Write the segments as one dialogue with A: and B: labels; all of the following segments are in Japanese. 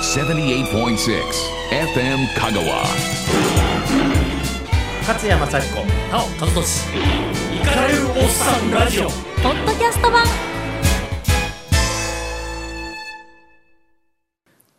A: 78.6 FM Kagawa.
B: 勝山幸子
C: なお和俊イカれるおっさんラジオ
D: ポッドキャスト版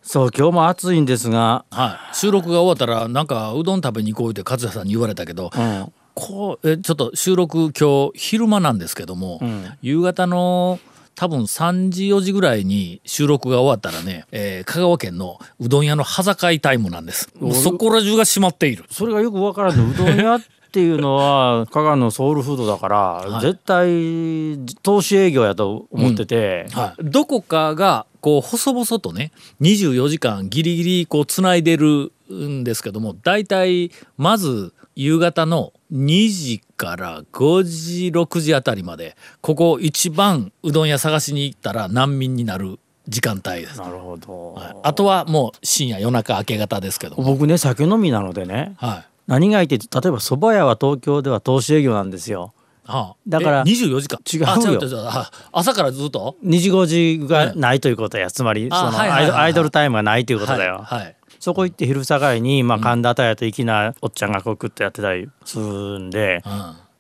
E: そう今日も暑いんですが、
C: はい収録が終わったらなんかうどん食べに行こうって勝也さんに言われたけど、
E: うん、
C: こうえちょっと収録今日昼間なんですけども、夕方の多分3時4時ぐらいに収録が終わったらね、えー香川県のうどん屋の端境タイムなんですもうそこら中が閉まっている
E: それがよくわからんのうどん屋っていうのは香川のソウルフードだから、絶対投資営業やと思ってて、
C: はい、どこかがこう細々とね24時間ギリギリこうつないでるんですけども大体まず夕方の2時から5時6時あたりまでここ一番うどん屋探しに行ったら難民になる時間帯です。
E: なるほど、
C: はいあとはもう深夜夜中明け方ですけども、
E: 僕ね酒飲みなのでね
C: はい
E: 何がいいって例えば蕎麦屋は東京では投資営業なんですよ
C: はあ、
E: だから
C: え24時間
E: 違うよ
C: あ違う違う違うあ朝からずっと
E: 2時5時がないということやつまりそ
C: あ
E: の
C: はいは
E: ア
C: い
E: イド
C: はい
E: アイドルタイムがないということだよ、
C: はいはい
E: そこ行って昼下がりに、まあ、神田田屋と粋なおっちゃんがこうクッとやってたりするんで、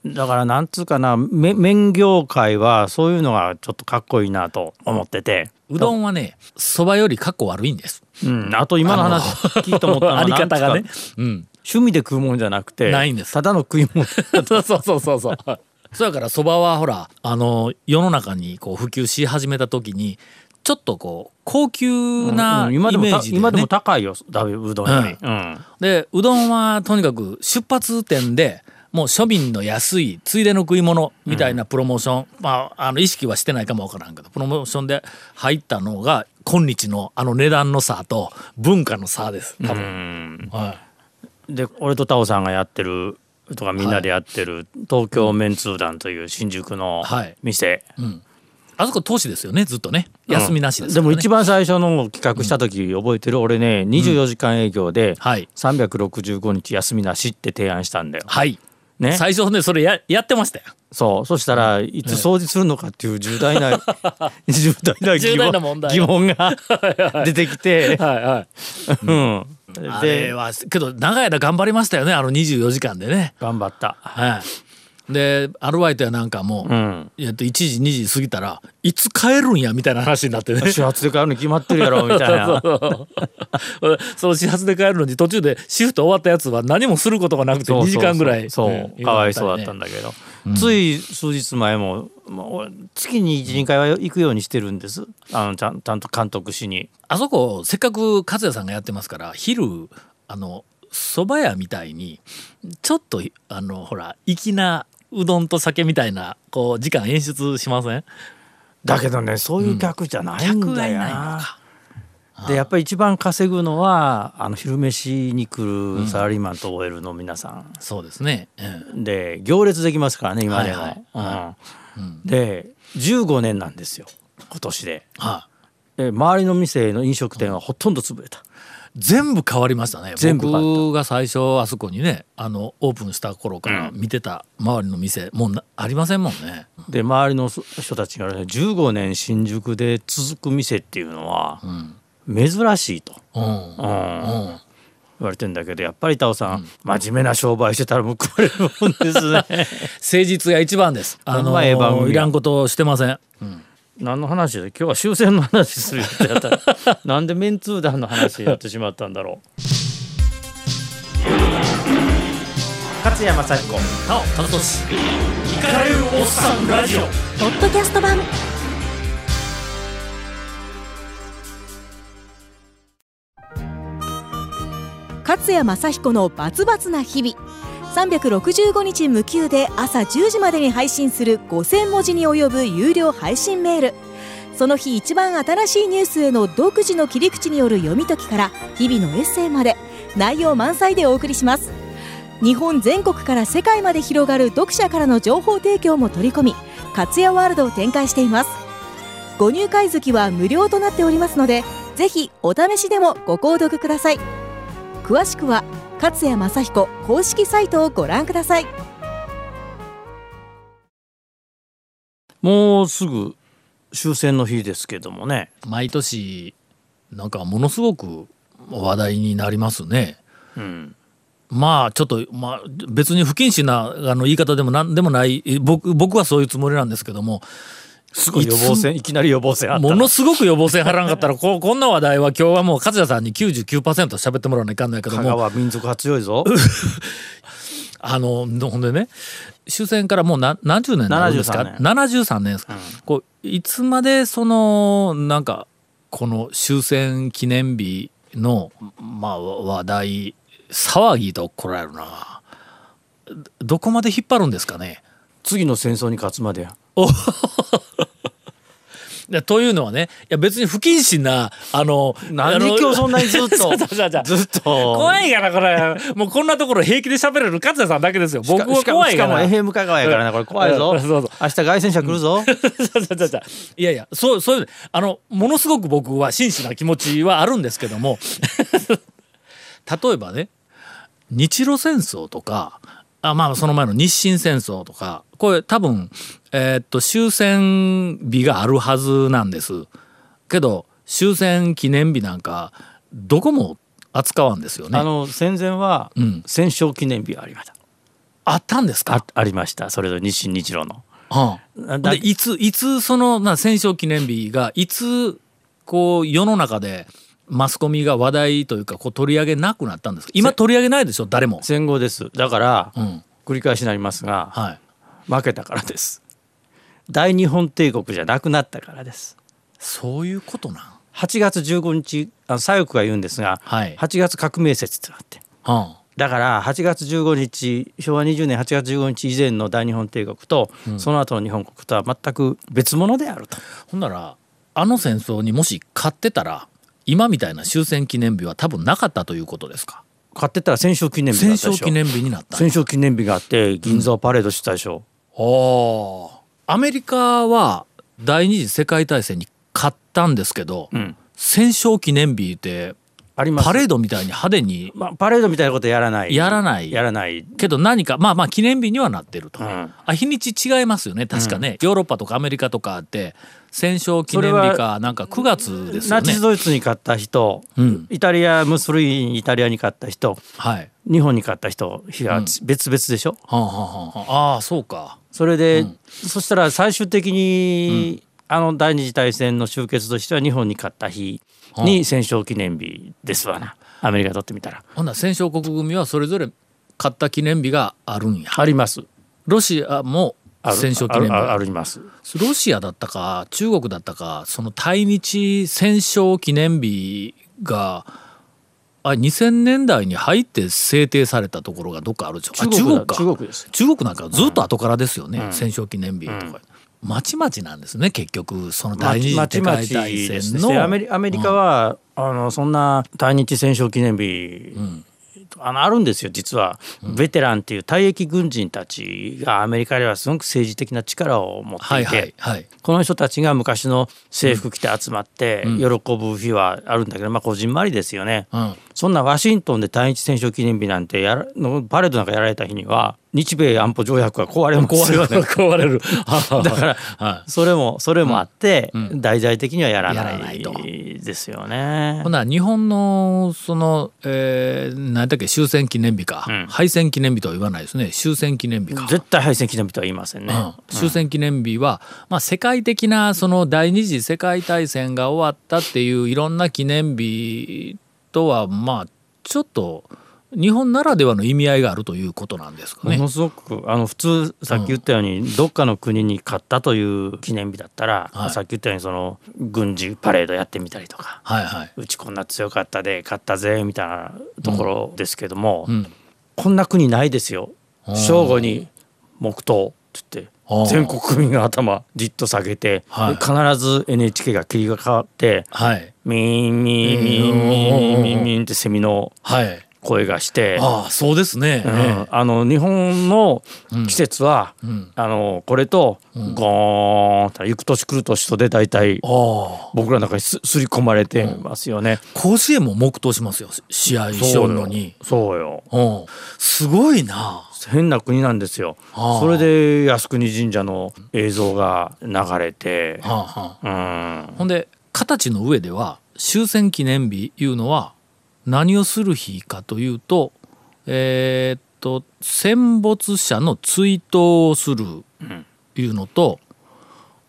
C: うん
E: だからなんつうかなめ麺業界はそういうのがちょっとかっこいいなと思ってて、
C: うどんはねそばよりかっこ悪いんです。
E: うん、あと今の話聞いて思ったのは
C: あり方が
E: な
C: ね
E: んつうか。
C: うん。
E: 趣味で食うもんじゃなくて
C: ないんです
E: ただの食い物
C: そうそうそうそうそう。そうやからそばはほらあの世の中にこう普及し始めた時にちょっとこう高級な
E: うん
C: イメ
E: 今でもた
C: ージで、ね
E: 今でも高いよだいぶうどんより、
C: う
E: うん
C: でうどんはとにかく出発点でもう庶民の安いついでの食い物みたいなプロモーション、まああの意識はしてないかもわからんけどプロモーションで入ったのが今日のあの値段の差と文化の差です多分、はい
E: で俺とタオさんがやってるとかみんなでやってる、東京メンツー団という新宿の
C: はい
E: 店、
C: あそこ投資ですよねずっとね休みなしです
E: で
C: からね、
E: も一番最初の企画した時覚えてる、俺ね24時間営業で
C: はい
E: 365日休みなしって提案したんだよ。
C: はい
E: ね、
C: 最初ねそれややってましたよ
E: そうそしたらいつ掃除するのかっていう重大な 重大な疑
C: 重大な
E: 問
C: 問題
E: 疑問が出てきて、
C: はいはい
E: うん、
C: あれ
E: で
C: はけど長い間頑張りましたよねあの24時間でね
E: 頑張った。
C: はいでアルバイトやなんかも
E: う
C: う、
E: ん
C: えっと1時2時過ぎたらいつ帰るんやみたいな話になってね
E: 始発で帰るの決まってるやろ みたいな
C: その始発で帰るのに途中でシフト終わったやつは何もすることがなくて
E: そう
C: 2
E: そう
C: 時間ぐらい
E: そう、
C: ん
E: かわいそうだったんだけど、つい数日前ももう俺月に12回は行くようにしてるんですあのちゃんちゃんと監督しに
C: あそこせっかく和也さんがやってますから昼あの蕎麦屋みたいにちょっとあのほら粋なうどんと酒みたいなこう時間演出しません
E: だけどねそういう客じゃないんだよな、
C: 客がいないのか
E: でやっぱり一番稼ぐのはあの昼飯に来るサラリーマンと OL の皆さ
C: そうですね、うん
E: んで行列できますからね今でも、
C: はい
E: うんで15年なんですよ今年で
C: は
E: で周りの店の飲食店はほとんど潰れた、
C: い、全部変わりましたね
E: 全部変わった
C: 僕が最初あそこにねあのオープンした頃から見てた周りの店、もうなありませんもんね
E: で周りの人たちが、ね、15年新宿で続く店っていうのは珍しいと、
C: うん
E: うん言われてんだけどやっぱり田尾さん、真面目な商売してたら報われるもんですね
C: 誠実が一番ですあ
E: ほん
C: の
E: まええ番組や
C: いらんことしてません
E: 何の話で今日は終戦の話するってや ったらなんでメンツー団の話になってしまったんだろ
B: 勝山幸子
C: なお和俊イカれるおっさ んラジオ
D: ポッドキャスト版
F: 勝谷正彦のバツバツな日々365日無休で朝10時までに配信する5000文字に及ぶ有料配信メールその日一番新しいニュースへの独自の切り口による読み解きから日々のエッセイまで内容満載でお送りします日本全国から世界まで広がる読者からの情報提供も取り込み活谷ワールドを展開していますご入会月は無料となっておりますのでぜひお試しでもご購読ください詳しくは勝谷正彦公式サイトをご覧ください。
E: うもうすぐ終戦の日ですけどもね
C: 毎年なんかものすごく話題になりますね。
E: うん
C: まあちょっと、まあ、別に不謹慎なあの言い方でもなんでもないえ僕僕はそういうつもりなんですけども
E: すごい予防線いきなり予防線あったな
C: ものすごく予防線張らなかったらここんな話題は今日はもう勝也さんに99%喋ってもらわないかんのやけど
E: 香
C: も
E: 川民族派強い ぞ
C: あのほんでね終戦からもうな何十年になるんですか
E: 73
C: 73年ですか、こういつまでそのなんかこの終戦記念日の、まあ、わ話題騒ぎと怒られるなどどこまで引っ張るんですかね
E: 次の戦争に勝つまでや
C: でというのはねいや別に不謹慎なあの
E: なんで
C: あの
E: 今日 そんなにずっ
C: そ
E: と
C: うそうそうそう
E: ずっと
C: 怖いからこれもうこんなところ平気で喋れる勝也さんだけですよ僕は
E: しか
C: 怖いから
E: しかもしかも FM 香川やからなこれ怖いぞ
C: うんそうそう
E: 明日凱旋者来るぞ、
C: そうそうそうそういやいやそうそういうあのものすごく僕は真摯な気持ちはあるんですけども 例えばね日露戦争とかあまあその前の日清戦争とかこれ多分、えーっと終戦日があるはずなんですけど終戦記念日なんかどこも扱わんですよね。
E: あ
C: あ
E: の戦前は
C: うん
E: 戦勝記念日ありました、
C: ったんですか
E: あありましたそれぞれ日清日露の
C: うん
E: な
C: でいついつそのな戦勝記念日がいつこう世の中でマスコミが話題というかこう取り上げなくなったんですか今取り上げないでしょ誰も、
E: 戦後ですだから
C: うん
E: 繰り返しになりますが、
C: はい、
E: 負けたからです大日本帝国じゃなくなったからです
C: そういうことなん、
E: 8月15日あの左翼が言うんですが、
C: はい
E: 8月革命説ってなって
C: うん
E: だから8月15日昭和20年8月15日以前の大日本帝国と、その後の日本国とは全く別物であると
C: ほんならあの戦争にもし勝ってたら今みたいな終戦記念日は多分なかったということですか
E: 買ってったら戦勝記念日
C: 戦
E: だった
C: 勝
E: でしょ
C: 記念日になった
E: 戦勝記念日があって銀座をパレードしてたでしょ、
C: ああアメリカは第二次世界大戦に勝ったんですけど、
E: うん
C: 戦勝記念日って
E: あります
C: パレードみたいに派手に
E: まあ、パレードみたいなことやらない
C: やらない
E: やらない
C: けど何かまあまあ記念日にはなってると、
E: うん
C: あ日にち違いますよね確かね、ヨーロッパとかアメリカとかって戦勝記念
E: そ
C: 日
E: れ
C: かなんか9月ですよ
E: ナ
C: ね
E: チスドイツに勝った人、
C: うん
E: イタリアムスルイにイタリアに勝った人
C: はい
E: 日本に勝った人日が
C: うん
E: 別々でしょ、
C: はあ、はあはあはあ、あーそうか
E: それで、
C: うん
E: そしたら最終的に、あの第二次大戦の終結としては日本に勝った日
C: うん
E: に戦勝記念日ですわなアメリカにとってみたら
C: ほんなら戦勝国組はそれぞれ勝った記念日があるんや
E: あります
C: ロシアも
E: ある
C: 戦勝記念日
E: あるあるあります
C: ロシアだったか中国だったかその対日戦勝記念日があ2000年代に入って制定されたところがどっかあるでしょあ
E: 中国だ
C: か
E: 中国です
C: 中国なんかずっと後からですよね、
E: ん
C: 戦勝記念日とか、まちまちなんですね結局その第二次世
E: ま
C: 界
E: ちまち
C: 大
E: です
C: 戦
E: ね
C: の、
E: アメリアメリカは、あのそんな対日戦勝記念日、あのあるんですよ実は、ベテランっていう退役軍人たちがアメリカではすごく政治的な力を持っていて、
C: はいはいはい
E: この人たちが昔の制服着て集まって喜ぶ日はあるんだけど、まあこじんまりですよね、
C: うん
E: そんなワシントンで対日戦勝記念日なんてやらのパレードなんかやられた日には日米安保条約が壊れます
C: 壊れ
E: よ
C: る
E: ね。
C: 壊れる だ
E: だから、
C: は
E: それもそれもあって、
C: んうん
E: 大々的にはやら
C: やらな
E: ない
C: いと
E: ですよね
C: ほ。な日本のその、えー、何だっけ終戦記念日か、
E: うん
C: 敗戦記念日とは言わないですね終戦記念日か。
E: 絶対敗戦記念日とは言いませんね。
C: うん終戦記念日は、まあ、世界的なその第二次世界大戦が終わったっていういろんな記念日とはまあちょっと日本ならではの意味合いがあるということなんですか
E: も
C: ね
E: の。すごくあの普通さっき言ったように、どっかの国に勝ったという記念日だったら、
C: はい
E: さっき言ったようにその軍事パレードやってみたりとか
C: はいはい。
E: うちこんな強かったで勝ったぜみたいなところですけども、
C: うん。
E: こんな国ないですよ
C: うん
E: 正午に黙祷って言って
C: うん
E: 全国民が頭じっと下げて、
C: はい
E: 必ず NHK が切りが変わって
C: はい。
E: 「ミンミンミンミンミンミンミン」ってセミの
C: はい。
E: 声がして、
C: ああそうですね。
E: うんあの日本の季節は、
C: うん
E: あのこれとゴーンって行く年来る年とで大体
C: ああ
E: 僕らの中にすすり込まれてますよね。
C: 甲子園も黙祷しますよし試合しよ
E: そうう
C: の
E: よ
C: に。
E: そうよ
C: うん。すごいな。
E: 変な国なんですよ
C: ああ
E: それで靖国神社の映像が流れて
C: はあはあ
E: うん
C: ほんで形の上では終戦記念日いうのは何をする日かというとえーっと戦没者の追悼をするいうのと、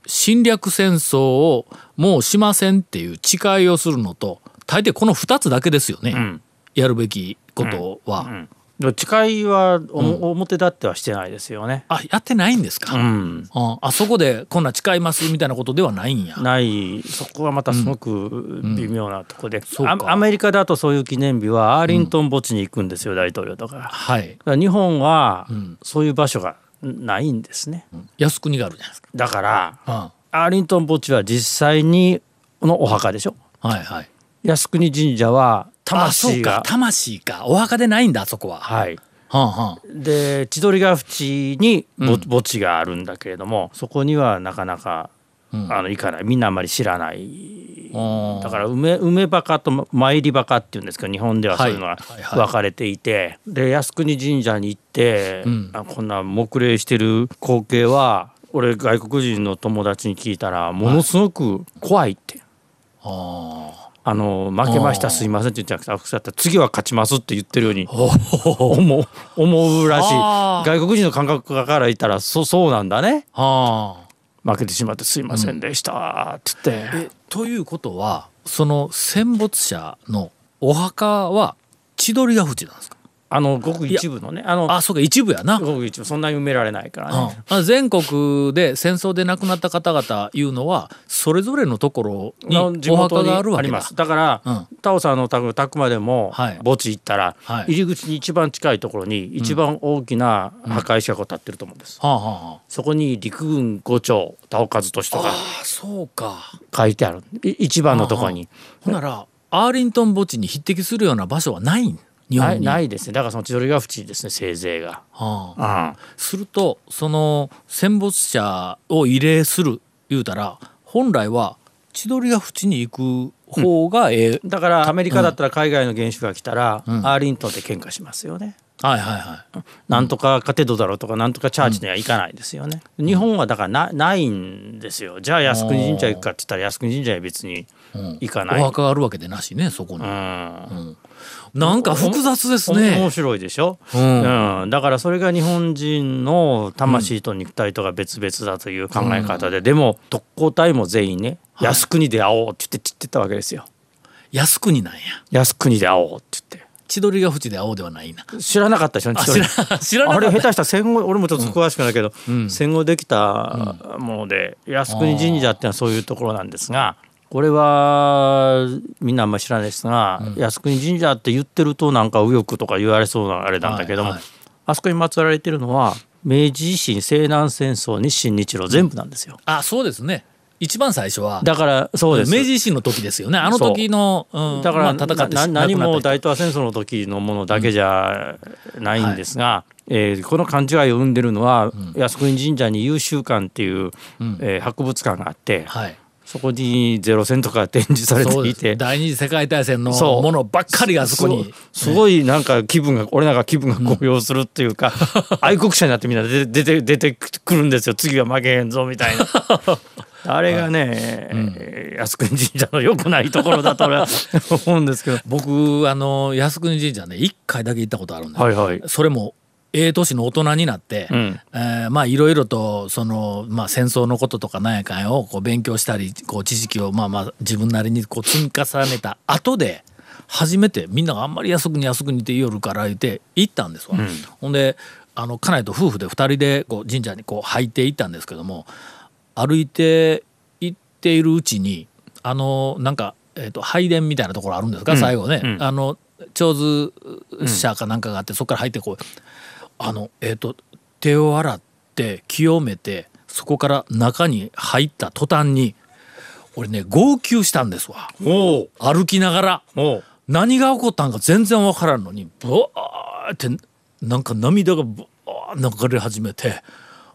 C: 侵略戦争をもうしませんっていう誓いをするのと大抵この2つだけですよね、
E: うん
C: やるべきことは。
E: うんでも誓いはおも表立ってはしてないですよね。
C: あやってないんですか、
E: うん
C: ああそこでこんな誓いますみたいなことではないんや。
E: ないそこはまたすごく微妙なとこで、
C: そうか
E: あアメリカだとそういう記念日はアーリントン墓地に行くんですよ、大統領とかがだか
C: はい、
E: ら日本は
C: ん
E: そういう場所がないんですね、
C: 靖国があるじゃないですか。
E: だから
C: あ
E: アーリントン墓地は実際にのお墓でしょ
C: はいはい。
E: 靖国神社は
C: あそ
E: 魂
C: うか
E: が
C: 魂かお墓でないんだあそこは。は
E: はい
C: あ、はあ、
E: で千鳥ヶ淵に墓,、
C: うん
E: 墓地があるんだけれどもそこにはなかなか、
C: うん
E: あの行かないみんなあんまり知らない
C: おー
E: だから梅梅バカと参りバカっていうんですけど日本ではそういうのは
C: は
E: い
C: はいはい
E: 分かれていて、で靖国神社に行って、
C: うん
E: あこんな黙礼してる光景は俺外国人の友達に聞いたらものすごく怖いって。
C: あ
E: あの負けましたすいませんって言ってなくてあそうだったら次は勝ちますって言ってるように
C: ーおー
E: 思う思うらしい
C: あー
E: 外国人の感覚から言ったらそそうなんだね
C: あ
E: 負けてしまってすいませんでしたって言って、
C: ーえということはその戦没者のお墓は千鳥ヶ淵なんですか
E: あのごく一部のねあの
C: あそうか一部やな。
E: ごく一部そんなに埋められないからね、
C: うん、全国で戦争で亡くなった方々いうのはそれぞれのところに
E: の地
C: お墓
E: 元に
C: があるわ
E: あ
C: け
E: り
C: だ
E: ますだから、
C: うん
E: タオさんの宅宅までも
C: はい
E: 墓地行ったら、
C: はい
E: 入り口に一番近いところに一番大きな墓石がこう立ってると思うんです、
C: はあ、はあは
E: そこに陸軍五長田尾和俊と
C: あ、
E: か
C: ああそうか
E: 書いてあるい一番のところに
C: ほんならアーリントン墓地に匹敵するような場所はないん日
E: な
C: 本
E: い
C: に
E: ないですねだからその千鳥ヶ淵ですねせいぜいが、
C: はあ、
E: うん、
C: するとその戦没者を慰霊する言うたら本来は千鳥ヶ淵に行く方がええ、
E: だからアメリカだったら海外の元首が来たら、
C: ん
E: アーリントンで喧嘩しますよね。
C: はいはいはい
E: なんとかカテドだろうとかなんとかチャーチには行かないですよね。日本はだからなないんですよ。じゃあ靖国神社行くかって言ったら靖国神社は別に行かない。
C: お墓があるわけでなしねそこに、
E: うん
C: なんか複雑です
E: 面
C: ね
E: 白いでしょ、
C: ん
E: うんだからそれが日本人の魂と肉体とが別々だという考え方で、でも特攻隊も全員ね靖国で会おうって言って散ってったわけですよ
C: 靖国なんや
E: 靖国で会おうって言って
C: 千鳥ヶ淵で青ではないな
E: 知らなかったでしょ
C: あ
E: 千鳥
C: 知 ら知らな
E: あ
C: か
E: れ
C: っ
E: 下
C: た
E: 手したら戦後俺もちょっと詳しくないけど、戦後できたもので靖国神社ってのはそういうところなんですがこれはみんなあんまり知らないですが、靖国神社って言ってるとなんか右翼とか言われそうなあれなんだけども、
C: はいはい
E: あそこに祀られてるのは明治維新西南戦争に新日露全部なんですよ。
C: あそうですね一番最初は
E: だからそう
C: 明
E: です
C: 治維新の時ですよねあの時の、うん
E: だから、
C: まあ戦って
E: なな何も大
C: 大
E: 東亜戦争の時のものだけじゃないんですが、えーこの勘違いを生んでるのは、靖国神社に優秀館っていう、えー博物館があって、
C: はい
E: そこにゼロ戦とか展示され
C: そう
E: てい
C: です
E: て。
C: 第二次世界大戦の
E: そう
C: ものばっかりがあそこに
E: すすごいなんか気分が俺なんか気分が高揚するっていう か、愛国者になってみんな出て出て出てくるんですよ次は負けへんぞみたい なあれがね、えー靖国神社の良くないところだと俺は思うんですけど
C: 僕あの靖国神社ね一回だけ行ったことあるんです、
E: はいはい
C: それもええ年の大人になって、
E: うん
C: えーまあいろいろとその、まあ、戦争のこととかなんやかんやをこう勉強したりこう知識をまあまあ自分なりにこう積み重ねた後で初めてみんながあんまり安くに安くにって言おるから言って行ったんですわ。ほんであの家内と夫婦で2人でこう神社にこう入って行ったんですけども歩いて行っているうちにあのなんか、えー、と拝殿みたいなところあるんですか、最後ね、あの長寿者かなんかがあって、そこから入ってこうあのえっ、と手を洗って清めてそこから中に入った途端に俺ね号泣したんですわ
E: おう
C: 歩きながら
E: おう
C: 何が起こったんか全然わからんのにブワーってなんか涙がブワー流れ始めて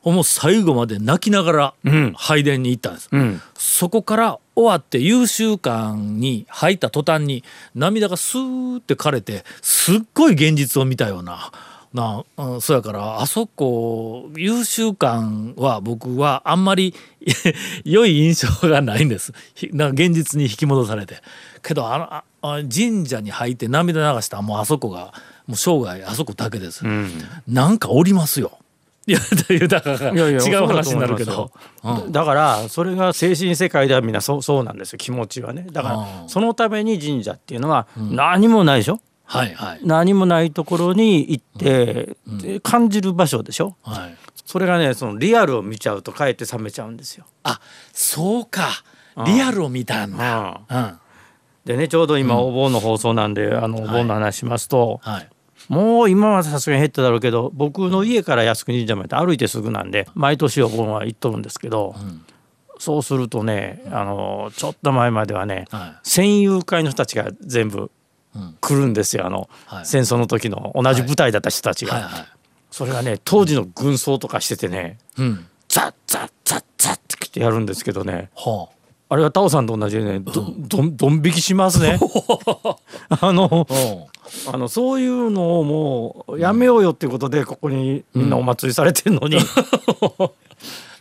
C: もう最後まで泣きながら
E: ん
C: 拝殿に行ったんです、
E: うん
C: そこから終わって優秀感に入った途端に涙がスーって枯れてすっごい現実を見たようななあ、うん、そうやからあそこ優秀感は僕はあんまり良い印象がないんですひなんか現実に引き戻されてけどあのああ神社に入って涙流したもうあそこがもう生涯あそこだけです、
E: うん
C: なんかおりますよ いやというだから
E: いやいや
C: 違う話になるけ
E: そ
C: ど
E: うだと思いますよだからそれが精神世界ではみんなそうそうなんですよ気持ちはねだか
C: う
E: ら
C: ん
E: そのために神社っていうのは何もないでしょ
C: はいはい
E: 何もないところに行ってで感じる場所でしょ
C: はい
E: それがねそのリアルを見ちゃうとかえって冷めちゃうんですよ。
C: あそうかリアルを見たんだうん
E: でねちょうど今お盆の放送なんで、あのお盆の話しますと、
C: はい
E: もう今はさすがに減っただろうけど僕の家から靖国神社まで歩いてすぐなんで毎年お盆は行っとるんですけど、そうするとねあのちょっと前まではね、
C: は
E: 戦友会の人たちが全部
C: ん
E: 来るんですよあの、
C: はい
E: 戦争の時の同じ部隊だった人たちが、
C: はいはい
E: それがね当時の軍装とかしててね、
C: うん
E: ザッザッザッザッって来てやるんですけどね
C: は
E: あれはタオさんと同じでねどどんどん引きします ね。あの
C: あうん
E: あのそういうのをもうやめようよっていうことでここにみんなお祭りされてんのに、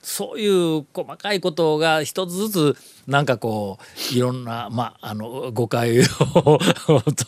C: そういう細かいことが一つずつなんかこういろんな、まあ、あの誤解をちょ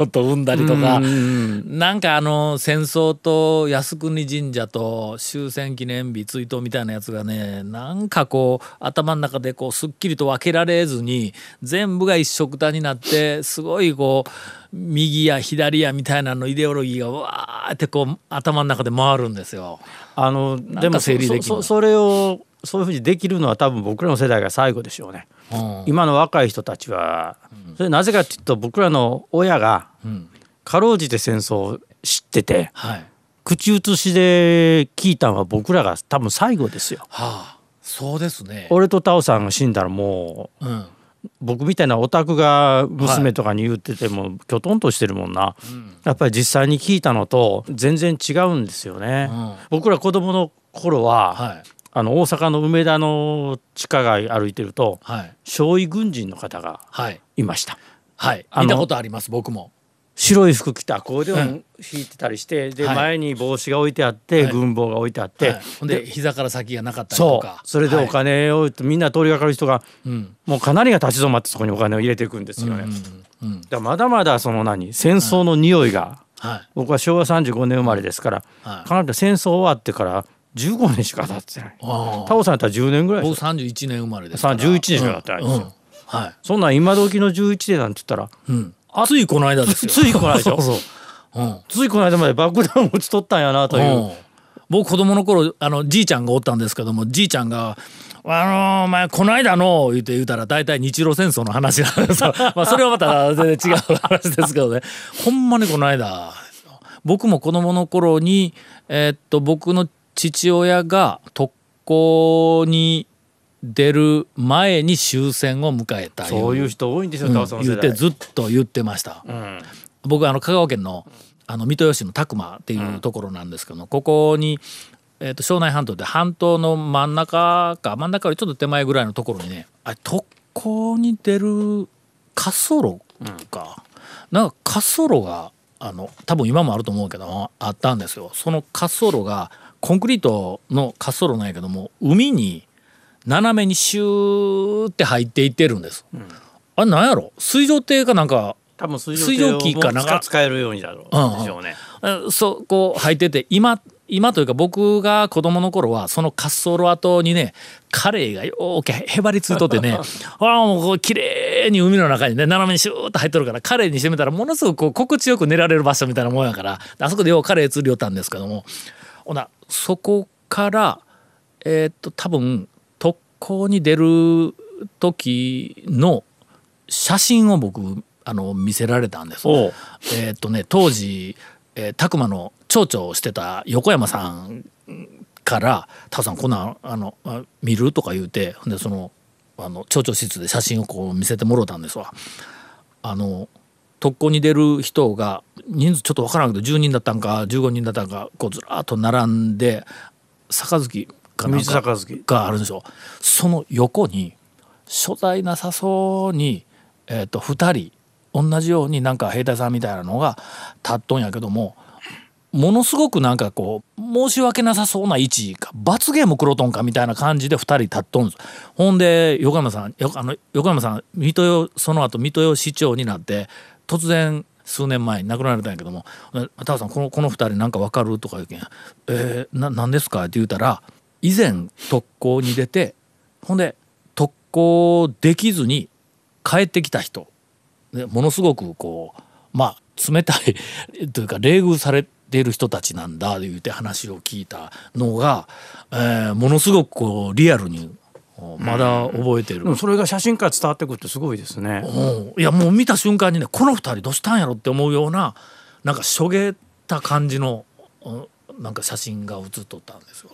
C: っと生んだりとかなんかあの戦争と靖国神社と終戦記念日追悼みたいなやつがねなんかこう頭の中でこうすっきりと分けられずに全部が一色たになってすごいこう右や左やみたいなのイデオロギーがわーってこう頭の中で回るんですよ。
E: あの
C: か
E: でもそ
C: 整理できん
E: そ
C: の
E: そそれをそういうふうにできるのは多分僕らの世代が最後でしょうね。
C: うん
E: 今の若い人たちはそれなぜかっていうと僕らの親が
C: うん
E: かろうじて戦争を知ってて
C: はい
E: 口移しで聞いたのは僕らが多分最後ですよ。
C: はあ、そうですね。
E: 俺とタオさんが死んだらもう
C: うん、
E: 僕みたいなオタクが娘とかに言っててもきょとんとしてるもんな、やっぱり実際に聞いたのと全然違うんですよね、
C: うん
E: 僕ら子供の頃は、
C: はい、
E: あの大阪の梅田の地下街歩いてると
C: はい、
E: 少尉軍人の方が
C: はい、
E: いました
C: はい、
E: あの
C: 見たことあります、僕も。
E: 白い服着てアコーディオ
C: う
E: ン弾いてたりして、で
C: はい
E: 前に帽子が置いてあって、
C: はい
E: 軍帽が置いてあって、
C: はい、ほんで、膝から先がなかったりと
E: そ
C: か。
E: うそれでお
C: はい
E: 金を、みんな通りがかる人が
C: うん、
E: もうかなりが立ち止まってそこにお金を入れていくんですよね。
C: うん、うん
E: だからまだまだその何戦争の匂いが、
C: はい、
E: 僕は昭和35年生まれですから、
C: はい
E: 考えたら戦争終わってから15年しか経ってない
C: あ
E: タオさんやったら10年ぐらいで
C: 僕
E: しょ
C: 三十一年生まれですから。
E: さ11年しか経ってないですよ
C: うんうんはい、
E: そんなん今時の11年なんて言ったら
C: うん、ついこの間 ですよ。
E: ついこの間でし ょ
C: そうそう、うん、
E: ついこの間まで爆弾を持ち取ったんやなという、
C: うん僕子供の頃あのじいちゃんがおったんですけどもじいちゃんが「あのーお前この間の」言うて言うたら大体日露戦争の話なんですよ まあそれはまた全然違う話ですけどねほんまにこの間僕も子供の頃にえーっと僕の父親が特攻に出る前に終戦を迎えた
E: そういうう人多いんですよ、
C: うん
E: タオさんの
C: 言
E: 世
C: って
E: 代
C: ずっと言ってました。
E: うん
C: 僕はあの香川県のあの三豊市の宅間っていうところなんですけども、ここに、えー、と庄内半島で半島の真ん中か真ん中よりちょっと手前ぐらいのところにねあれ特攻に出る滑走路か、なんか滑走路があの多分今もあると思うけどあったんですよその滑走路がコンクリートの滑走路なんやけども海に斜めにシューって入っていってるんです、あれなんやろ水上艇かなんか
E: 多分水
C: 水
E: 蒸
C: 蒸
E: 気
C: 気
E: か
C: か
E: な
C: な
E: 使使えるようにだろうでしょうね、
C: あそうこう履いてて今今というか僕が子供の頃はその滑走路跡にねカレイがよーけへばりついとってねああもうこう綺麗に海の中にね斜めにシューッと入っとるからカレイにしてみたらものすごくこう心地よく寝られる場所みたいなもんやからあそこでようカレイ釣りよったんですけどもほなそこからえーっと多分特攻に出る時の写真を僕あの見せられたんです。
E: おう
C: えーっとね当時、えー、拓磨の町長をしてた横山さんから「タオさんこんなんあのあ見る?」とか言うてほんでそのあの町長室で写真をこう見せてもろたんですわ。あの特攻に出る人が人数ちょっと分からんけど10人だったんか15人だったんかこうずらーっと並んで杯かなん
E: 水
C: か
E: 杯
C: があるんでしょその横に所在なさそうに、えー、と2人同じようになんか兵隊さんみたいなのが立っとんやけどもものすごくなんかこう申し訳なさそうな位置か罰ゲームクロトンかみたいな感じで2人立っとんですほんで横山さんよあの横山さん水戸よその後水戸よ市長になって突然数年前に亡くなられたんやけども「えタワさんこのこの2人なんかわかる?」とか言うけん「えー、ななんですか?」って言うたら以前特攻に出てほんで特攻できずに帰ってきた人ねものすごくこうまあ冷たい というか冷遇されている人たちなんだというて話を聞いたのが、えーものすごくこうリアルにおまだ覚えてる。
E: でもそれが写真から伝わってくるってすごいですね。
C: うんいやもう見た瞬間にねこの二人どうしたんやろって思うようななんかしょげた感じの、うんなんか写真が写っとったんですよ。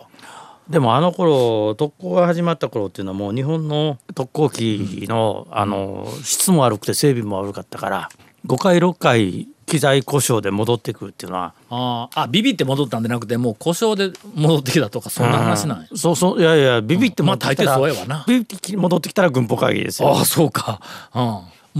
E: でもあの頃特攻が始まった頃っていうのはもう日本の特攻機の,、あの質も悪くて整備も悪かったから5回6回機材故障で戻ってくるっていうのは
C: あーあビビって戻ったんじゃなくてもう故障で戻ってきたとかそんな話なんや。
E: そうそういやいやビビって
C: まあ
E: 戻ってきたら、
C: 大抵そうやわな
E: ビビって戻ってきたら軍法会議ですよ
C: ああそうか、う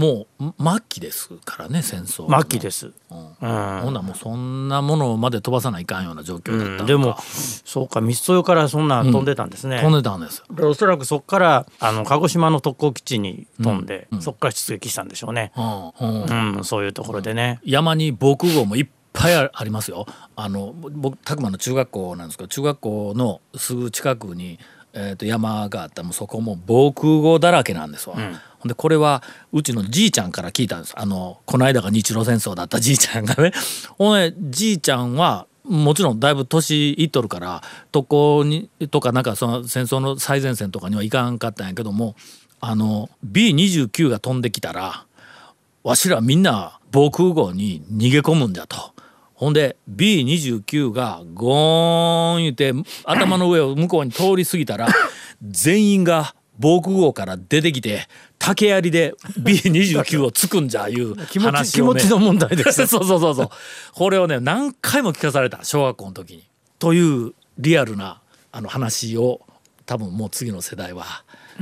C: ん、もうん末期ですからね戦争、
E: 末期ですす、
C: うん
E: うん
C: ほんならもうそんなものまで飛ばさないかんような状況だったのか、
E: でもそうかミスソヨからそんな飛んでたんですね、
C: 飛んでたんですよ
E: でおそらくそこからあの鹿児島の特攻基地に飛んで、そこから出撃したんでしょうね、
C: うんうん
E: うん、そういうところでね、
C: 山に防空壕もいっぱいあありますよ。あの僕拓磨の中学校なんですけど中学校のすぐ近くに、えー、と山があったもうそこも防空壕だらけなんですわ。ほんでこれはうちのじいちゃんから聞いたんですあのこの間が日露戦争だったじいちゃんがね。ほんでじいちゃんはもちろんだいぶ年いっとるから特攻にとかなんかその戦争の最前線とかには行かんかったんやけどもあの B29 が飛んできたらわしらみんな防空壕に逃げ込むんだと。ほんで B29 がゴーン言って頭の上を向こうに通り過ぎ たら全員が防空壕から出てきて竹槍で B29 を突くんじゃいう
E: 気持ち
C: 話を、
E: 気
C: ね、
E: 持ちの問題です
C: そうそうそうそうこれをね何回も聞かされた小学校の時に。というリアルなあの話を多分もう次の世代は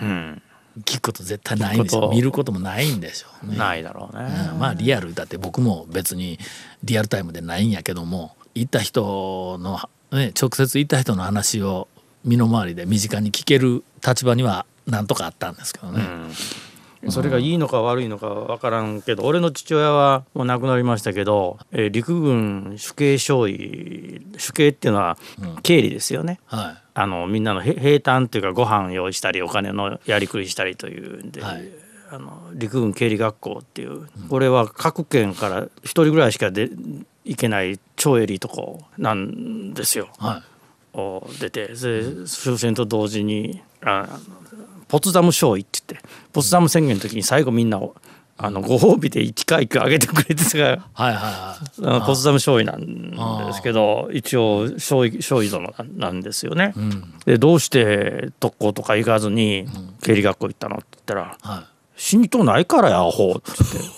E: うん、
C: 聞くこと絶対ないんでし
E: 聞く
C: ょ
E: こ
C: う
E: と
C: 見ることもないんでしょうね。
E: ないだろうね、
C: うんまあリアルだって僕も別にリアルタイムでないんやけども行った人の、ね、直接行った人の話を身の回りで身近に聞ける立場にはなんとかあったんですけどね。
E: それがいいのか悪いのか分からんけど俺の父親はもう亡くなりましたけど、えー陸軍主計少尉主計っていうのは経理ですよね、
C: は
E: あのみんなのへ平坦っていうかご飯用意したりお金のやりくりしたりというんで、
C: はい
E: あの陸軍経理学校っていうこれは各県から一人ぐらいしかで行けない超エリート校なんですよ。
C: い、は
E: を出てで終戦と同時にあポツダム将尉って言ってポツダム宣言の時に最後みんなをあのご褒美で一階級上げてくれてたから。
C: い、はいはいはい
E: あのポツダム少尉なんですけど一応少尉少尉殿なんですよね。でどうして特攻とか行かずに経理学校行ったのって言ったら「
C: は
E: 死にとうないからやアホ」っつって
C: い。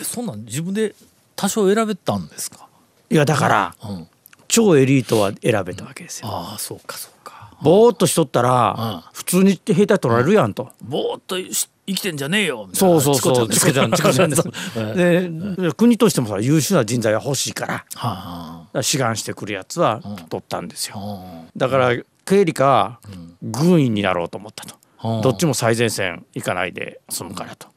C: えそんなん自分で多少選べたんですか。
E: 「いやだから
C: うん。
E: 超エリートは選べたわけですよ。
C: ああそうかそうか。
E: ぼーっとしとった
C: うん
E: ら普通に兵隊取られるやんと。
C: ぼーっとし生きてんじゃねえよみたい
E: そ
C: な。
E: うそうそう
C: チコちゃんチコちゃんチコちゃん。はいはい
E: で国としてもさ優秀な人材が欲しいからだか
C: は
E: ら志願してくるやつは取ったんですよ。
C: あ。
E: だから経理か軍医になろうと思ったと、
C: うん
E: どっちも最前線行かないで済むからと、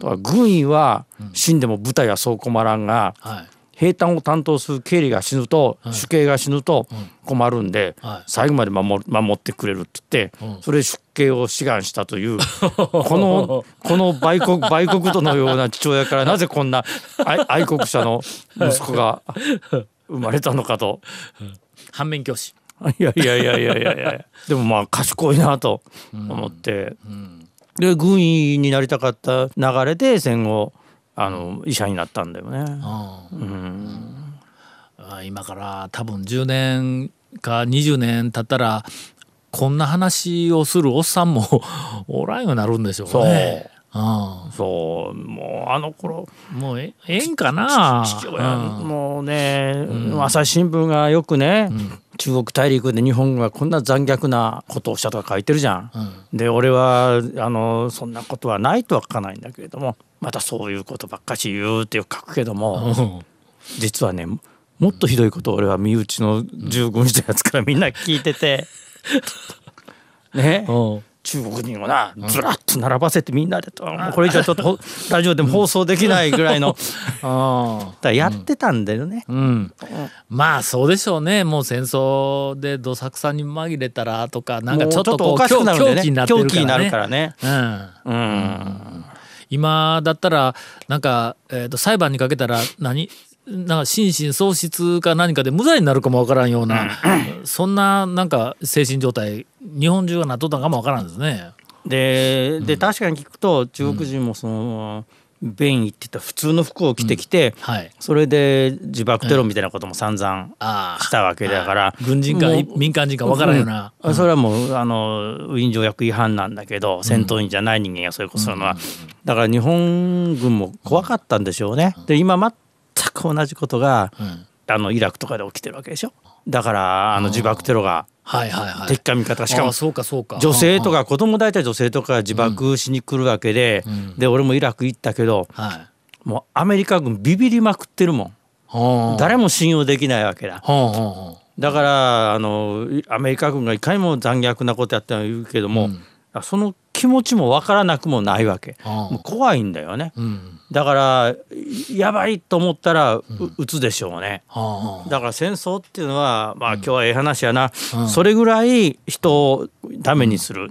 E: だから軍医は死んでも部隊はそう困らんが、
C: はい。
E: 兵隊を担当する経理が死ぬと、主計が死ぬと困るんで、
C: はい
E: 最後まで守る守ってくれるって言って、それで出家を志願したという このこの売国売国奴のような父親からなぜこんな愛愛国者の息子が生まれたのかと。
C: 反面教師。
E: いやいやいやいやいやいやでもまあ賢いなと思って、で軍医になりたかった流れで戦後あの医者になったんだよね。
C: あ今から多分10年か20年経ったらこんな話をするおっさんも おらんようになるんでしょうね。う
E: そうもうあの頃
C: ん、もうえええんかな。
E: 父親もうね、朝日新聞がよくね、中国大陸で日本がこんな残虐なことをしたとか書いてるじゃん。で俺はあのそんなことはないとは書かないんだけれどもまたそういうことばっかし言うってよく書くけども。
C: うんうん
E: 実はねももっとひどいことを俺は身内の15日のやつからみんな聞いて てね
C: うん
E: 中国人をなずらっと並ばせてみんなでと もうこれ以上ちょっとほラジオでも放送できないぐらい の
C: あ
E: だからやってたんだよね
C: ー。うん、まあそうでしょうねもう戦争でどさくさに紛れたらとかなんか
E: もう
C: ちょっとこう
E: おかしくなるん
C: 狂
E: で
C: 気に
E: ね
C: なって
E: 狂
C: る
E: 気に
C: か
E: な
C: ら
E: る
C: ね
E: からね。
C: うん、
E: うん
C: 今だったらなんか、えー、と裁判にかけたら何なんか心神喪失か何かで無罪になるかもわからんようなそんななんか精神状態日本中がなっとったんかもわからんですね。
E: でで確かに聞くと中国人もその便意って言ったら普通の服を着てきて、
C: はい
E: それで自爆テロみたいなことも散々
C: あー
E: したわけだから
C: 軍人か
E: もう
C: い民間人かわからんような、
E: うんそれはもうあのウィーン条約違反なんだけど戦闘員じゃない人間がそういうことするのは、だから日本軍も怖かったんでしょうね。で今全く同じことが
C: うん
E: あのイラクとかで起きてるわけでしょ。だからあの自爆テロが
C: はいはいはい
E: 敵か味方しか
C: あ
E: も
C: ーそうかそうか
E: 女性とか子供大体女性とか自爆しに来るわけで、で俺もイラク行ったけど
C: うんはい
E: もうアメリカ軍ビビりまくってるも
C: ほ
E: ん
C: う
E: 誰も信用できないわけだ
C: ほうほうほ
E: だからあのアメリカ軍がいかにも残虐なことやってるけども、その気持ちもわからなくもないわけ
C: う
E: もう
C: ほ
E: 怖いんだよね
C: ううん
E: だからやばいと思ったらう撃つでしょうね
C: ほうほう
E: だから戦争っていうのはまあ今日はええ話やな、それぐらい人をダメにする。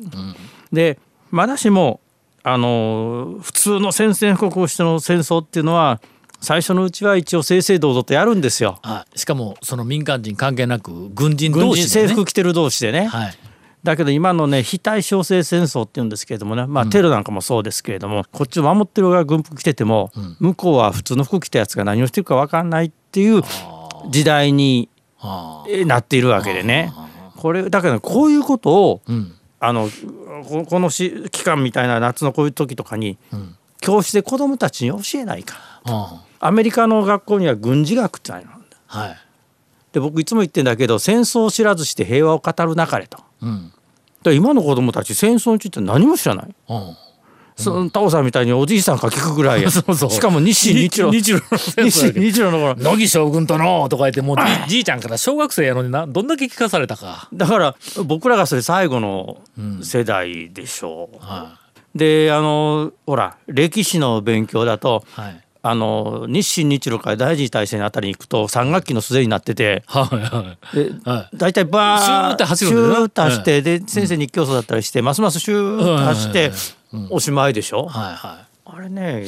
E: でまだしもあの普通の宣戦布告をしての戦争っていうのは最初のうちは一応正々堂々とやるんですよ。
C: あしかもその民間人関係なく軍人
E: 軍
C: 同
E: 人
C: 士
E: 制
C: で、ね、
E: 服着てる同士でね、
C: はい
E: だけど今のね非対称性戦争っていうんですけれどもね、まあ、テロなんかもそうですけれども、こっちを守ってる側が軍服着てても、向こうは普通の服着たやつが何をしてるか分かんないっていう時代に
C: あ
E: えーなっているわけでね。これだけどこういうことを、あのここのし期間みたいな夏のこういう時とかに、教室で子どもたちに教えないか
C: ーあ
E: アメリカの学校には軍事学ってないの
C: ーはい
E: で僕いつも言ってんだけど戦争を知らずして平和を語るなかれと。
C: うん
E: で今の子どもたち戦争について何も知らない。
C: うん
E: そのタオさんみたいにおじいさんが聞くぐらいや
C: そうそう
E: しかも日清日露
C: 日露の戦
E: 日
C: 争
E: 清
C: や
E: 日露の頃
C: けど 乃木将軍とのとか言ってもうじじいちゃんから小学生やのになどんだけ聞かされたか
E: だから僕らがそれ最後の世代でしょう。であのほら歴史の勉強だと
C: はい
E: あの日清日露から第二次大戦あたりに行くと3学期のすでになってて。
C: はいはい
E: で
C: はい
E: 大体バー
C: シューって走るん
E: シ
C: だよな
E: ューって走って、で先生に教祖だったりして、ますますシューって走って、おしまいでしょ、
C: はいは
E: あれね、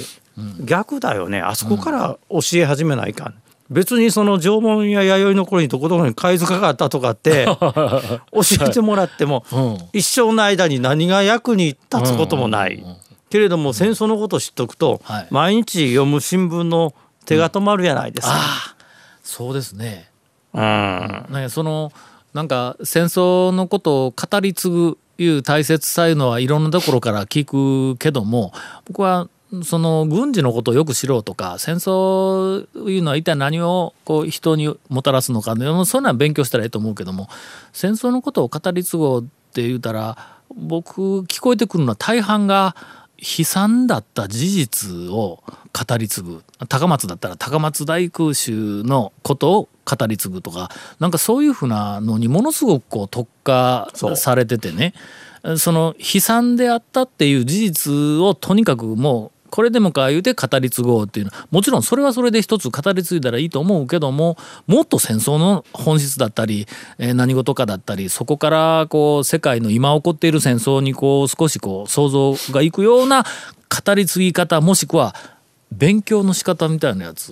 E: 逆だよねあそこから教え始めないかん、別にその縄文や弥生の頃にどこどこに貝塚があったとかって 教えてもらっても、
C: う
E: 一生の間に何が役に立つこともない、けれども戦争のことを知っとくと、
C: はい
E: 毎日読む新聞の手が止まるじゃないですか。
C: そうですね
E: うん
C: ねそのなんか戦争のことを語り継ぐいう大切さいうのはいろんなところから聞くけども僕はその軍事のことをよく知ろうとか戦争いうのは一体何をこう人にもたらすのかでもそういうのは勉強したらいいと思うけども戦争のことを語り継ごうって言うたら僕聞こえてくるのは大半が悲惨だった事実を語り継ぐ高松だったら高松大空襲のことを語り継ぐとかなんかそういうふうなのにものすごくこう特化
E: そう
C: されててねその悲惨であったっていう事実をとにかくもうこれでもか言うて語り継ごうっていうのはもちろんそれはそれで一つ語り継いだらいいと思うけどももっと戦争の本質だったり、えー何事かだったりそこからこう世界の今起こっている戦争にこう少しこう想像がいくような語り継ぎ方もしくは勉強の仕方みたいなやつ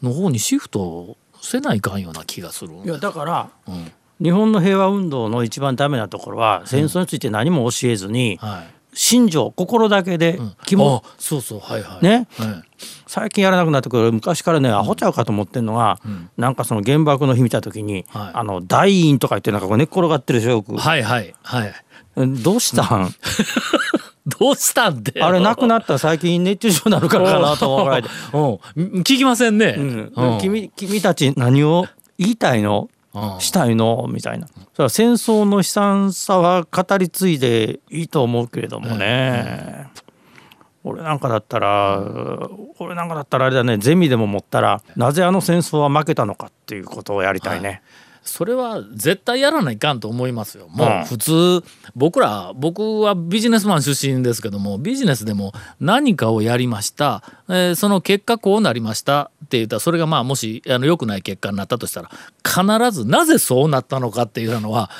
C: の方にシフトせないかんような気がする。
E: いやだから、
C: ん
E: 日本の平和運動の一番ダメなところは戦争について何も教えずに、
C: はい、
E: 心情心だけで気持ち
C: あそうそうはいはい。
E: ね
C: はい
E: 最近やらなくなったけど昔からねアホちゃうかと思ってんのが、なんかその原爆の日見た時に、
C: はい
E: あの大院とか言ってなんかこう寝っ転がってるでしょよく、
C: はいはいはい。
E: どうしたん、
C: どうしたんで。
E: あれなくなったら最近熱中症になるからかなと思うぐらいで、
C: うん、聞きませんね。
E: うん
C: うん
E: 君君たち何を言いたいの
C: うん
E: したいのみたいなそれは戦争の悲惨さは語り継いでいいと思うけれどもね、俺なんかだったら俺なんかだったらあれだねゼミでも持ったらなぜあの戦争は負けたのかっていうことをやりたいね。
C: それは絶対やらないかんと思いますよも
E: うん
C: う普通僕ら僕はビジネスマン出身ですけどもビジネスでも何かをやりました、えーその結果こうなりましたって言ったらそれがまあもしあの良くない結果になったとしたら必ずなぜそうなったのかっていうのは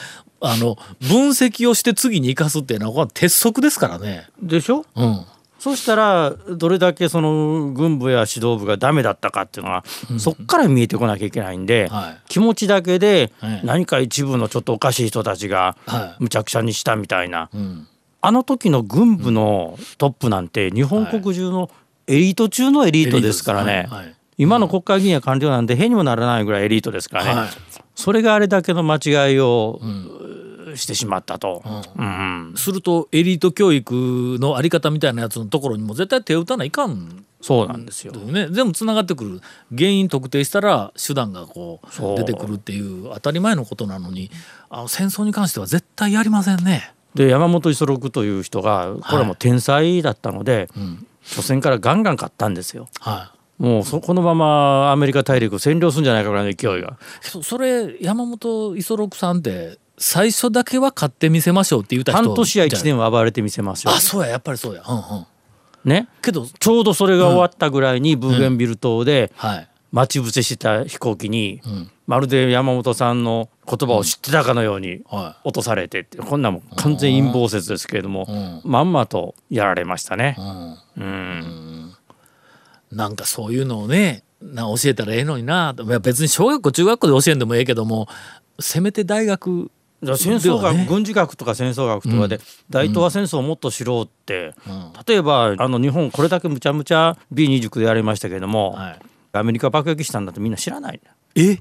C: あの分析をして次に生かすっていうのはこれは鉄則ですからね。
E: でしょ
C: うん
E: そしたらどれだけその軍部や指導部がダメだったかっていうのはそっから見えてこなきゃいけないんで、
C: はい
E: 気持ちだけで
C: はい
E: 何か一部のちょっとおかしい人たちが
C: は
E: むちゃくちゃにしたみたいな、
C: いうん
E: あの時の軍部のトップなんて日本国中のエリート中のエリートですから
C: エリ
E: ね
C: ートですはいはい
E: 今の国会議員や官僚なんてへにもならないぐらいエリートですからね、
C: はい
E: それがあれだけの間違いをしてしまったと。うん
C: するとエリート教育のあり方みたいなやつのところにも絶対手を打たないかん
E: そうなんですよ
C: だよね全部つながってくる原因特定したら手段がこ
E: そう
C: う出てくるっていう当たり前のことなのにあの戦争に関しては絶対やりませんね。
E: で山本五十六という人がこれはもう天才だったので、初戦からガンガン勝ったんですよ。
C: は
E: もうそこのままアメリカ大陸を占領するんじゃないかぐらいの勢いが
C: い、そそれ山本五十六さんって最初だけは買ってみせましょうって言った人
E: 半年や
C: じゃ
E: 1年は暴れてみせますよ
C: あ。そうややっぱりそうや、うんうん、
E: ね、
C: けど
E: ちょうどそれが終わったぐらいにブーゲンビル島で
C: はい
E: 待ち伏せしてた飛行機にまるで山本さんの言葉を知ってたかのように
C: は
E: 落とされてってこんなもん完全陰謀説ですけれどもまんまとやられましたね。うん
C: い、なんかそういうのをねな教えたらええのにないや別に小学校中学校で教えんでもええけどもせめて大学
E: だから戦争
C: では
E: 学
C: ね
E: 軍事学とか戦争学とかで大東亜戦争をもっと知ろうって例えばあの日本これだけむちゃむちゃ B29 でやりましたけれども
C: はい
E: アメリカ爆撃したんだってみんな知らない
C: え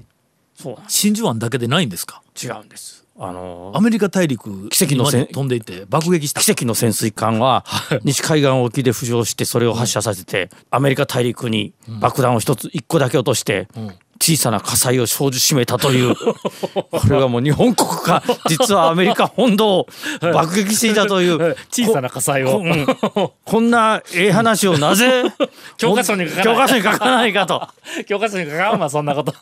E: そうなんで
C: 真珠湾だけでないんですか
E: す違うんです。あの
C: アメリカ大陸
E: 奇跡のせん
C: に飛んでいって爆撃した
E: 奇跡の潜水艦は西海岸沖で浮上してそれを発射させてアメリカ大陸に爆弾を一つ一個だけ落として小さな火災を生じしめたと いうこれはもう日本国が実はアメリカ本土を爆撃していたという
C: 小さな火災
E: こ,、うんこんなええ話をなぜ
C: 教科書に書かない
E: 教科書に書かないかと。
C: 教科書にかかんわそんなこと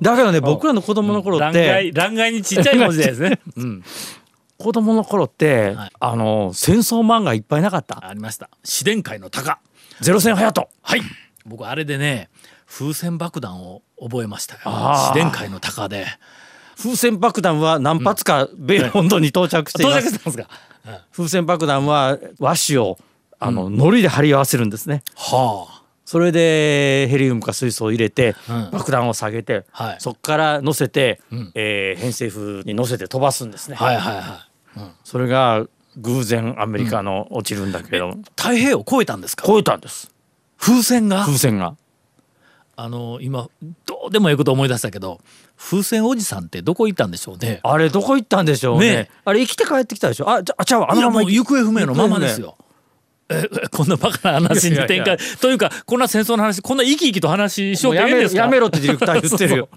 E: だけどね僕らの子供の頃って、
C: 欄外にちっちゃい文字ですね、うん、
E: 子供の頃って、
C: はい
E: あの戦争漫画いっぱいなかった。
C: ありました自伝会の鷹
E: ゼロ戦ハヤト。はい。
C: 僕あれでね風船爆弾を覚えましたよ
E: あー
C: 自伝会の鷹で
E: 風船爆弾は何発か米本土に到着しています、
C: たんですか
E: 風船爆弾は和紙をあの糊で貼り合わせるんですね
C: は
E: それでヘリウムか水素を入れて、
C: うん
E: 爆弾を下げて、
C: はい
E: そこから乗せて、えー偏西風に乗せて飛ばすんですね、
C: あはいはいはい
E: それが偶然アメリカの落ちるんだけれども、
C: 太平洋を越えたんですか
E: 超えたんです
C: 風船が
E: 風船が
C: あの今どうでもいいこと思い出したけど風船おじさんってどこ行ったんでしょうね
E: あれどこ行ったんでしょうね
C: ねえ
E: あれ生きて帰ってきたでしょあじゃあちゃうわあ
C: いや
E: のま
C: も
E: ま
C: う行方不明のままです
E: 行
C: よ。ええ こんなバカな話に展開
E: いやいやい
C: というかこんな戦争の話こんな生き生きと話し
E: も
C: よう
E: う
C: と
E: や
C: いいん
E: め
C: で
E: ろ
C: すか
E: やめろってディレクター言ってる よ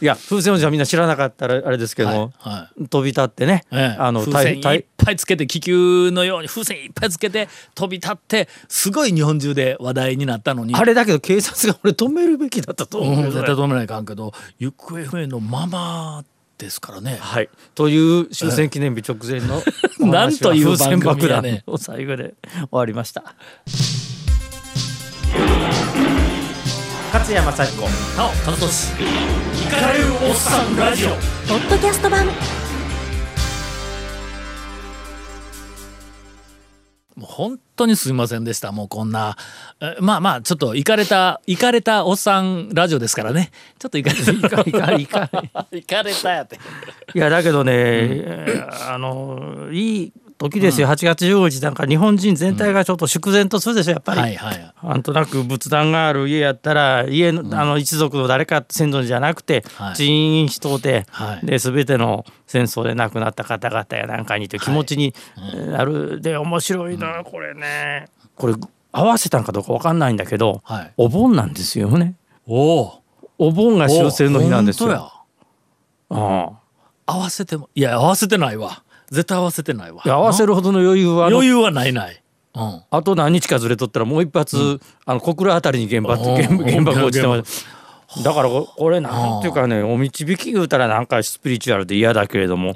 E: いや風船おじはみんな知らなかったらあれですけども、
C: はいは
E: 飛び立ってね、
C: ええ
E: あの
C: 風
E: 太
C: 船いっ
E: 太
C: ぱいつけて気球のように風船いっぱいつけて飛び立ってすごい日本中で話題になったのに
E: あれだけど警察が俺止めるべきだったと
C: う
E: 思うんよそ
C: 絶
E: れ
C: 対止めないかんけど行方不明のままですからね。
E: はい、という終戦記念日直前のお話は
C: なんという
E: 風船
C: 番
E: 爆
C: 組や
E: 弾
C: ね
E: を最後で終わりました
B: 勝山幸子
C: なおカズトシイカれるおっさんラジオ
D: ポッドキャスト版
C: もう本当にすいませんでしたもうこんなえまあまあちょっといかれたいかれたおっさんラジオですからねちょっといかれた
E: いかいか
C: いかれたやって
E: いやだけどね、あのいい時ですよ、8月15日なんか日本人全体がちょっと祝然とするでしょやっぱり、
C: はいはい
E: なんとなく仏壇がある家やったら家の,、あの一族の誰か先祖じゃなくて
C: はい
E: 人員一人で,、
C: はい
E: で全ての戦争で亡くなった方々やなんかにという気持ちになるで面白いなこれね。これ合わせたんかどうかわかんないんだけど、
C: はい
E: お盆なんですよね。
C: おお
E: お盆が終戦の日なんです
C: 本
E: よ。うん
C: 当や合わせてもいや合わせてないわ絶対合わせてないわ
E: いや合わせるほどの余裕はあの
C: 余裕はないない、うん
E: あと何日かずれとったらもう一発、あの小倉あたりに原爆
C: うん
E: 原爆原爆落ちてます。だからここれなんていうかねお導き言うたらなんかスピリチュアルで嫌だけれども、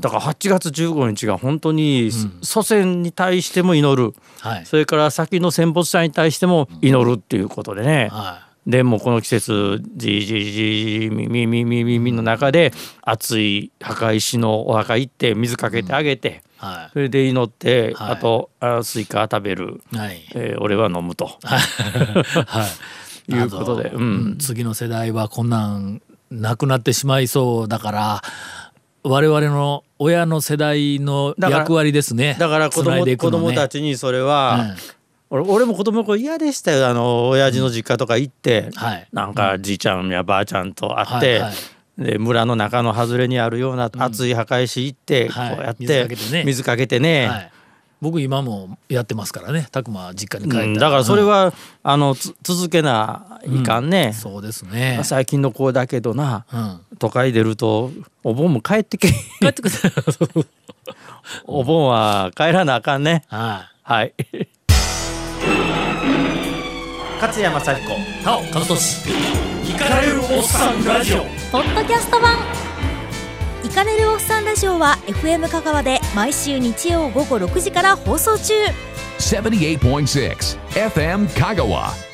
E: だから8月15日が本当に祖先に対しても祈る、
C: はい
E: それから先の戦没者に対しても祈るっていうことでね、
C: は
E: でもうこの季節じじじじみみみみみみの中で熱い墓石のお墓行って水かけてあげて、
C: いは
E: それで祈って、
C: はい
E: あとあスイカ食べる、
C: いはい
E: えー俺は飲むと
C: はい
E: いうことで
C: あの
E: うん
C: 次の世代はこんなんなくなってしまいそうだから我々の親の世代の
E: だから
C: 役割ですね
E: だから子
C: 繋い
E: 供,、
C: でいく
E: 子
C: のね
E: 供たちにそれは、俺俺も子供の頃嫌でしたよあの親父の実家とか行って、
C: はい
E: なんかじいちゃんやばあちゃんと会って、
C: はいは
E: で村の中の外れにあるような熱い墓石行って、
C: はい
E: こうやって,、
C: 水かけてね
E: 水かけて
C: う
E: ね
C: んはい、僕今もやってますからね拓磨実家に帰っ
E: う
C: て、
E: ん、だからそれは、あのつ続けないかんね、
C: そうですね、
E: 最近の子だけどな
C: うん、
E: 都会出るとお盆も帰ってけ
C: 帰ってください
E: お盆は帰らなあかんね
C: はい
E: はい
B: 勝山幸子
C: タオカブトシ聞かれるおっさんラジオ
D: ポッドキャスト版
F: イカれるおっさんラジオは FM 香川で毎週日曜午後6時から放送中
A: 78.6 FM Kagawa.